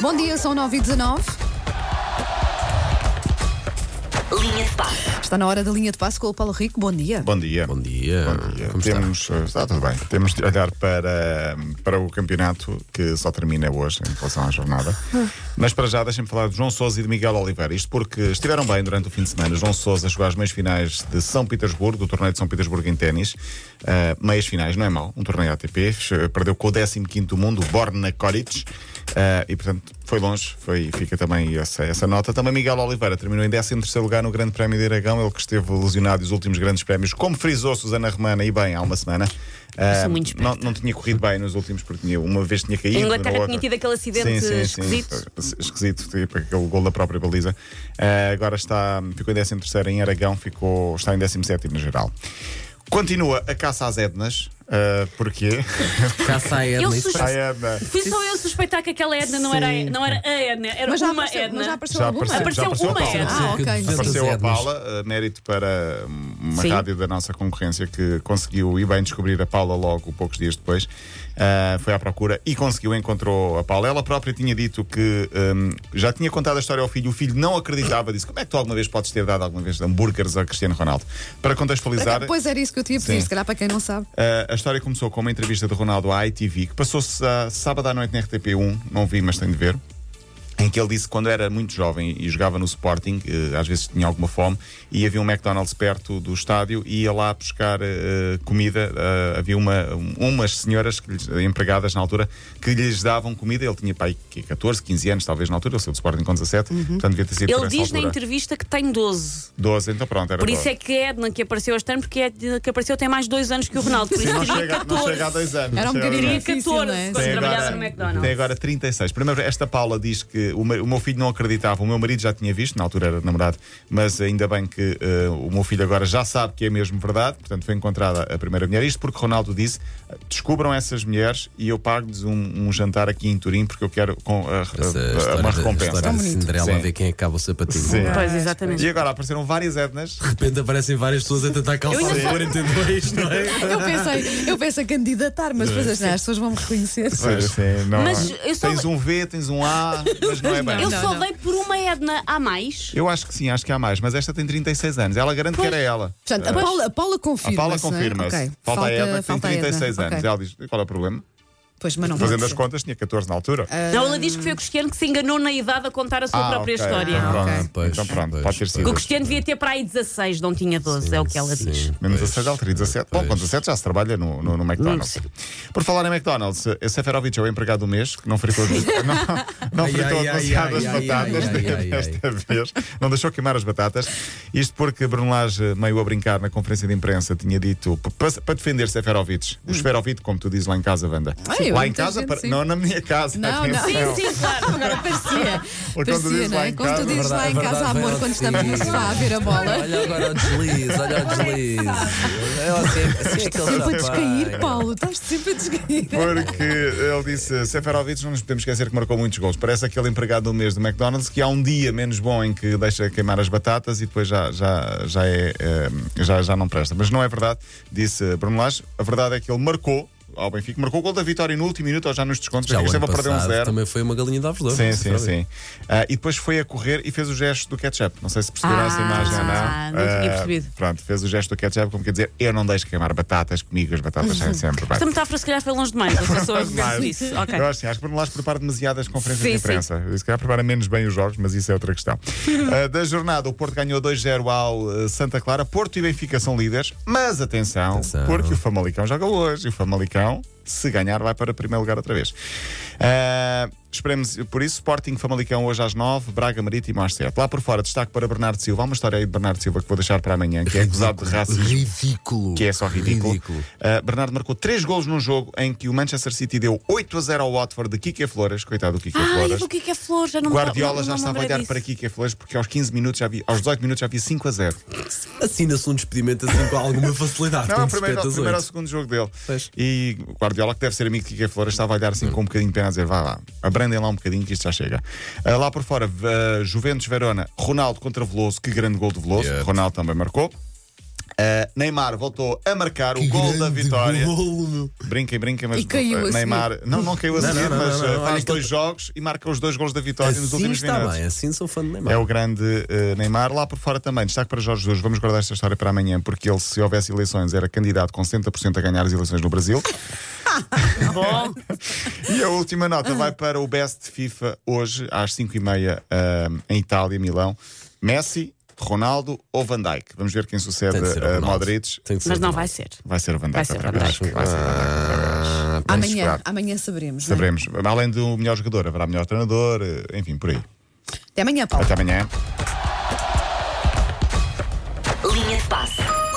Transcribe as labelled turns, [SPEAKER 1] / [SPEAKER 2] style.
[SPEAKER 1] Bom dia, são 9 e 19
[SPEAKER 2] Linha de passe.
[SPEAKER 1] Está na hora da linha de passo com o Paulo Rico. Bom dia.
[SPEAKER 3] Bom dia.
[SPEAKER 4] Bom dia.
[SPEAKER 3] Bom dia.
[SPEAKER 4] Como está?
[SPEAKER 3] Temos, eh, está tudo bem. Temos de olhar para, para o campeonato que só termina hoje em relação à jornada. Mas para já deixem-me falar de João Sousa e de Miguel Oliveira. Isto porque estiveram bem durante o fim de semana. João Sousa jogou às meias finais de São Petersburgo, do torneio de São Petersburgo em ténis. Eh, meias finais, não é mau. Um torneio ATP. Eh, Perdeu com o 15 do mundo, Borna Koric. Eh, e portanto foi longe, foi, fica também essa, essa nota. Também Miguel Oliveira terminou em 13 lugar no Grande Prémio de Aragão, ele que esteve lesionado nos últimos grandes prémios, como frisou Susana Romana, e bem, há uma semana. Ah,
[SPEAKER 5] muito esperta.
[SPEAKER 3] não, não tinha corrido bem nos últimos, porque tinha, uma vez tinha caído.
[SPEAKER 5] A Inglaterra
[SPEAKER 3] na outra.
[SPEAKER 5] tinha tido aquele acidente esquisito.
[SPEAKER 3] Sim, esquisito, tipo aquele gol da própria baliza. Ah, agora está, ficou em 13 em Aragão, ficou, está em 17 no geral. Continua a caça às Ednas, ah, porquê?
[SPEAKER 4] Caça a Edna.
[SPEAKER 5] Eu
[SPEAKER 4] Isso
[SPEAKER 5] sugiro-
[SPEAKER 4] parece-
[SPEAKER 3] A Edna.
[SPEAKER 5] Fui só eu suspeitar que aquela Edna não era,
[SPEAKER 3] Sim.
[SPEAKER 5] não era a Edna, era
[SPEAKER 1] Mas já
[SPEAKER 5] uma
[SPEAKER 1] apareceu,
[SPEAKER 5] Edna.
[SPEAKER 1] mas já apareceu
[SPEAKER 3] Já
[SPEAKER 1] alguma?
[SPEAKER 3] apareceu.
[SPEAKER 5] Apareceu uma
[SPEAKER 3] apareceu a Paula.
[SPEAKER 1] Ah,
[SPEAKER 5] Edna.
[SPEAKER 1] ok.
[SPEAKER 4] Cerca de 200
[SPEAKER 3] Apareceu a
[SPEAKER 4] Ednas.
[SPEAKER 3] Paula, eh, mérito para uma
[SPEAKER 5] Sim.
[SPEAKER 3] rádio da nossa concorrência que conseguiu e bem descobrir a Paula logo poucos dias depois. Ah, foi à procura e conseguiu, encontrou a Paula. Ela própria tinha dito que hum, já tinha contado a história ao filho. O filho não acreditava, disse: Como é que tu alguma vez podes ter dado alguma vez hambúrgueres a Cristiano Ronaldo? Para contextualizar.
[SPEAKER 1] Pois era isso que eu tinha pedido,
[SPEAKER 3] Sim.
[SPEAKER 1] se calhar para quem não sabe.
[SPEAKER 3] Uh, a história começou com uma entrevista de Ronaldo à ITV, que passou-se uh, sábado à noite na RTP1, não vi, mas tenho de ver. Em que ele disse que quando era muito jovem e jogava no Sporting, eh, às vezes tinha alguma fome, e havia um McDonald's perto do estádio e ia lá buscar eh, comida. eh, havia uma, um- umas senhoras que lhes- empregadas na altura que lhes davam comida. Ele tinha pai 14, 15 anos, talvez na altura, ele saiu do Sporting com 17, portanto devia ter sido por
[SPEAKER 5] Uhum. Ele
[SPEAKER 3] essa
[SPEAKER 5] diz na
[SPEAKER 3] altura.
[SPEAKER 5] entrevista que tem 12.
[SPEAKER 3] 12, então pronto, era
[SPEAKER 5] Por isso
[SPEAKER 3] 12.
[SPEAKER 5] é que a Edna que apareceu este ano, porque a Edna que apareceu tem mais dois anos que o Ronaldo. Por isso
[SPEAKER 3] Não
[SPEAKER 5] teria
[SPEAKER 3] chega, não
[SPEAKER 5] 14.
[SPEAKER 3] chega a dois anos.
[SPEAKER 1] Era um
[SPEAKER 3] não chega a dois
[SPEAKER 1] bocadinho
[SPEAKER 3] anos.
[SPEAKER 5] Teria
[SPEAKER 1] Difícil,
[SPEAKER 5] 14
[SPEAKER 1] não é?
[SPEAKER 5] quando
[SPEAKER 1] Tem
[SPEAKER 5] trabalhava no McDonald's.
[SPEAKER 3] tem agora 36. Primeiro, esta Paula diz que o, meu- o meu filho não acreditava, o meu marido já tinha visto, na altura era namorado, mas ainda bem que eh, o meu filho agora já sabe que é mesmo verdade, portanto foi encontrada a primeira mulher. Isto porque Ronaldo disse: descubram essas mulheres e eu pago-lhes um, um jantar aqui em Turim porque eu quero com- a- a-
[SPEAKER 4] Essa história
[SPEAKER 3] uma
[SPEAKER 4] da- história
[SPEAKER 3] recompensa.
[SPEAKER 4] da Cinderela a
[SPEAKER 3] Sim.
[SPEAKER 4] ver quem acaba o sapatinho.
[SPEAKER 3] Sim.
[SPEAKER 5] Pois, exatamente.
[SPEAKER 3] E agora apareceram várias etnas.
[SPEAKER 4] De repente aparecem várias pessoas a tentar calçar
[SPEAKER 5] Eu ainda
[SPEAKER 4] o 42, não é?
[SPEAKER 1] Eu pensei, eu pensei candidatar, mas depois não, as pessoas vão me reconhecer.
[SPEAKER 3] Sim, não-
[SPEAKER 5] Mas eu só-
[SPEAKER 3] Tens um V, tens um A, mas não é bem.
[SPEAKER 5] Eu
[SPEAKER 1] Não,
[SPEAKER 5] só
[SPEAKER 1] não.
[SPEAKER 5] dei por uma Edna a mais.
[SPEAKER 3] Eu acho que sim, acho que há mais, mas esta tem 36 anos. Ela garante que era ela. Eh,
[SPEAKER 1] Portanto, a Paula, a Paula é? confirma.
[SPEAKER 3] É. A Ah, Paula confirma-se. Falta, a Edna, que tem 36 anos. Ela diz: qual é o problema?
[SPEAKER 1] Pois, mas não pode
[SPEAKER 3] Fazendo as
[SPEAKER 1] ser. Ah,
[SPEAKER 3] contas, tinha 14 na altura.
[SPEAKER 5] Não, ela diz que foi o Cristiano que se enganou na idade a contar a sua própria
[SPEAKER 3] ok,
[SPEAKER 5] história.
[SPEAKER 3] Então pronto,
[SPEAKER 1] Ah, ok.
[SPEAKER 4] Pois,
[SPEAKER 3] então, pronto
[SPEAKER 4] pois,
[SPEAKER 3] pode ter
[SPEAKER 4] pois.
[SPEAKER 3] sido.
[SPEAKER 5] O Cristiano devia ter para aí 16, não tinha 12, é o que ela diz.
[SPEAKER 4] Sim,
[SPEAKER 3] Menos
[SPEAKER 4] pois.
[SPEAKER 3] 16 ela teria 17. Bom, com 17 já se trabalha no, no, no McDonald's. Por falar em McDonald's, eh, Seferovic é o empregado do mês, que não fritou, não, não
[SPEAKER 4] Ai,
[SPEAKER 3] fritou
[SPEAKER 4] ai, ai,
[SPEAKER 3] demasiadas
[SPEAKER 4] ai, ai,
[SPEAKER 3] batatas
[SPEAKER 4] ai, ai, ai,
[SPEAKER 3] desta vez. Não deixou queimar as batatas. Isto porque Bruno Lage, meio a brincar na conferência de imprensa, tinha dito p- pa- para defender Seferovic, o Seferovic, como tu dizes lá em casa, Wanda.
[SPEAKER 1] Hum. Ai, eu
[SPEAKER 3] lá em
[SPEAKER 1] muita
[SPEAKER 3] casa,
[SPEAKER 1] gente,
[SPEAKER 3] para-
[SPEAKER 1] sim.
[SPEAKER 3] não na minha casa.
[SPEAKER 1] Não, não.
[SPEAKER 3] atenção.
[SPEAKER 5] Sim, claro.
[SPEAKER 1] Agora parecia.
[SPEAKER 3] Quando
[SPEAKER 1] parecia,
[SPEAKER 3] dizes
[SPEAKER 1] não
[SPEAKER 3] lá
[SPEAKER 1] é?
[SPEAKER 3] em
[SPEAKER 1] Quando tu
[SPEAKER 3] casa,
[SPEAKER 1] dizes lá em
[SPEAKER 4] Verdade,
[SPEAKER 1] casa,
[SPEAKER 4] verdade,
[SPEAKER 1] amor,
[SPEAKER 4] vai
[SPEAKER 1] quando estamos
[SPEAKER 4] ao
[SPEAKER 1] no
[SPEAKER 4] deslize.
[SPEAKER 1] sofá a ver a bola.
[SPEAKER 4] Olha agora o deslize, olha o deslize. É assim, assim é que ele
[SPEAKER 1] Sempre a
[SPEAKER 4] já vai.
[SPEAKER 1] descair, Paulo. Estás sempre a descair.
[SPEAKER 3] Porque ele disse, Seferovic, não nos podemos esquecer que marcou muitos gols. Parece aquele empregado do mês do McDonald's que há um dia menos bom em que deixa queimar as batatas e depois já, já, já, é, eh, já, já não presta. Mas não é verdade, disse Bruno Lage. A verdade é que ele marcou ao Benfica, marcou o gol da vitória no último minuto ou já nos descontos.
[SPEAKER 4] Já
[SPEAKER 3] o
[SPEAKER 4] o
[SPEAKER 3] Benfica esteve
[SPEAKER 4] ano
[SPEAKER 3] a perder um
[SPEAKER 4] passado
[SPEAKER 3] zero.
[SPEAKER 4] também foi uma galinha de ovos de ouro,
[SPEAKER 3] Sim,
[SPEAKER 4] não
[SPEAKER 3] sim,
[SPEAKER 4] sei
[SPEAKER 3] sim. Ah, e depois foi a correr e fez o gesto do ketchup. Não sei se perceberam
[SPEAKER 5] Ah,
[SPEAKER 3] essa imagem ou não.
[SPEAKER 5] não tinha
[SPEAKER 3] Ah,
[SPEAKER 5] percebido.
[SPEAKER 3] Pronto, fez o gesto do ketchup, como quer dizer, eu não deixo queimar batatas, comigo as batatas saem sempre bem.
[SPEAKER 5] Esta metáfora se calhar foi longe demais, eu só sou eu que penso
[SPEAKER 3] Mas,
[SPEAKER 5] nisso. Ok.
[SPEAKER 3] Eu acho, assim, acho que Bruno Lage prepara demasiadas conferências
[SPEAKER 5] Sim,
[SPEAKER 3] de imprensa. Se calhar prepara menos bem os jogos, mas isso é outra questão. Ah, da jornada, o Porto ganhou 2-0 ao ah, Santa Clara. Porto e Benfica são líderes, mas atenção,
[SPEAKER 4] Atenção.
[SPEAKER 3] porque o Famalicão joga hoje. E o Famalicão, se ganhar, vai para o primeiro lugar outra vez. Ah, esperemos por isso. Sporting Famalicão hoje às 9, Braga Marítimo às 7. Lá por fora, destaque para Bernardo Silva. Há uma história aí de Bernardo Silva que vou deixar para amanhã, que é acusado de racismo
[SPEAKER 4] Ridículo.
[SPEAKER 3] que é só ridículo. Uh, Bernardo marcou três golos num jogo em que o Manchester City deu 8 a 0 ao Watford de Kike Flores. Coitado do Kike
[SPEAKER 5] Ai,
[SPEAKER 3] Flores.
[SPEAKER 5] do que é que é flor? Já não me-
[SPEAKER 3] Guardiola
[SPEAKER 5] não-
[SPEAKER 3] já
[SPEAKER 5] não me
[SPEAKER 3] estava a
[SPEAKER 5] lembrei
[SPEAKER 3] olhar
[SPEAKER 5] disso.
[SPEAKER 3] para Kike Flores porque aos 15 minutos já havia, aos 18 minutos já havia 5 a 0.
[SPEAKER 4] Assina-se um despedimento assim com alguma facilidade.
[SPEAKER 3] Não, é o
[SPEAKER 4] quando
[SPEAKER 3] primeiro,
[SPEAKER 4] espetas
[SPEAKER 3] o primeiro ao
[SPEAKER 4] Então, oito.
[SPEAKER 3] segundo jogo dele.
[SPEAKER 4] Pois.
[SPEAKER 3] E o Guardiola, que deve ser amigo de Kike Flores, estava a olhar assim com um bocadinho de pena a dizer: vá lá, abrandem lá um bocadinho que isto já chega. Ah, lá por fora, v- ah, Juventus Verona, Ronaldo contra Veloso, que grande gol de Veloso,
[SPEAKER 4] Yeah.
[SPEAKER 3] Ronaldo também marcou. Ah, Uh, Neymar voltou a marcar o
[SPEAKER 6] Que
[SPEAKER 3] gol
[SPEAKER 6] grande
[SPEAKER 3] da vitória.
[SPEAKER 6] Golo, meu.
[SPEAKER 3] Brinquem, brinquem, mas
[SPEAKER 1] E caiu
[SPEAKER 3] uh,
[SPEAKER 1] a
[SPEAKER 3] Neymar. Não, não caiu a
[SPEAKER 4] Não,
[SPEAKER 3] seguir,
[SPEAKER 4] não, não,
[SPEAKER 3] mas
[SPEAKER 4] não, não,
[SPEAKER 3] uh,
[SPEAKER 4] não,
[SPEAKER 3] faz
[SPEAKER 4] acho que
[SPEAKER 3] dois jogos e marca os dois gols da vitória nos
[SPEAKER 4] Assim
[SPEAKER 3] últimos
[SPEAKER 4] está
[SPEAKER 3] minutos.
[SPEAKER 4] bem, assim sou fã de Neymar.
[SPEAKER 3] É o grande eh, Neymar. Lá por fora também, destaque para Jorge Jesus. Vamos guardar esta história para amanhã, porque ele, se houvesse eleições, era candidato com 70% a ganhar as eleições no Brasil.
[SPEAKER 5] Bom,
[SPEAKER 3] E a última nota vai para o Best FIFA hoje, às 5h30, eh, em Itália, Milão. Messi, Ronaldo ou Van Dijk? Vamos ver quem sucede
[SPEAKER 4] Tem de ser o
[SPEAKER 3] a
[SPEAKER 4] Ronaldo.
[SPEAKER 3] eh, Modric.
[SPEAKER 4] Tem de ser
[SPEAKER 5] mas
[SPEAKER 4] o
[SPEAKER 5] não
[SPEAKER 4] Ronaldo.
[SPEAKER 5] vai ser.
[SPEAKER 3] Vai ser Van Dijk.
[SPEAKER 5] Vai ser
[SPEAKER 3] outra
[SPEAKER 5] Van
[SPEAKER 3] vez.
[SPEAKER 5] Dijk.
[SPEAKER 3] Vai ser Van Dijk outra vez.
[SPEAKER 1] Amanhã,
[SPEAKER 3] esperar.
[SPEAKER 1] amanhã saberemos. não é?
[SPEAKER 3] Saberemos. Além do melhor jogador, haverá melhor treinador, eh, enfim, por aí.
[SPEAKER 1] Até amanhã, Paulo.
[SPEAKER 3] Até amanhã.
[SPEAKER 2] Linha de passe.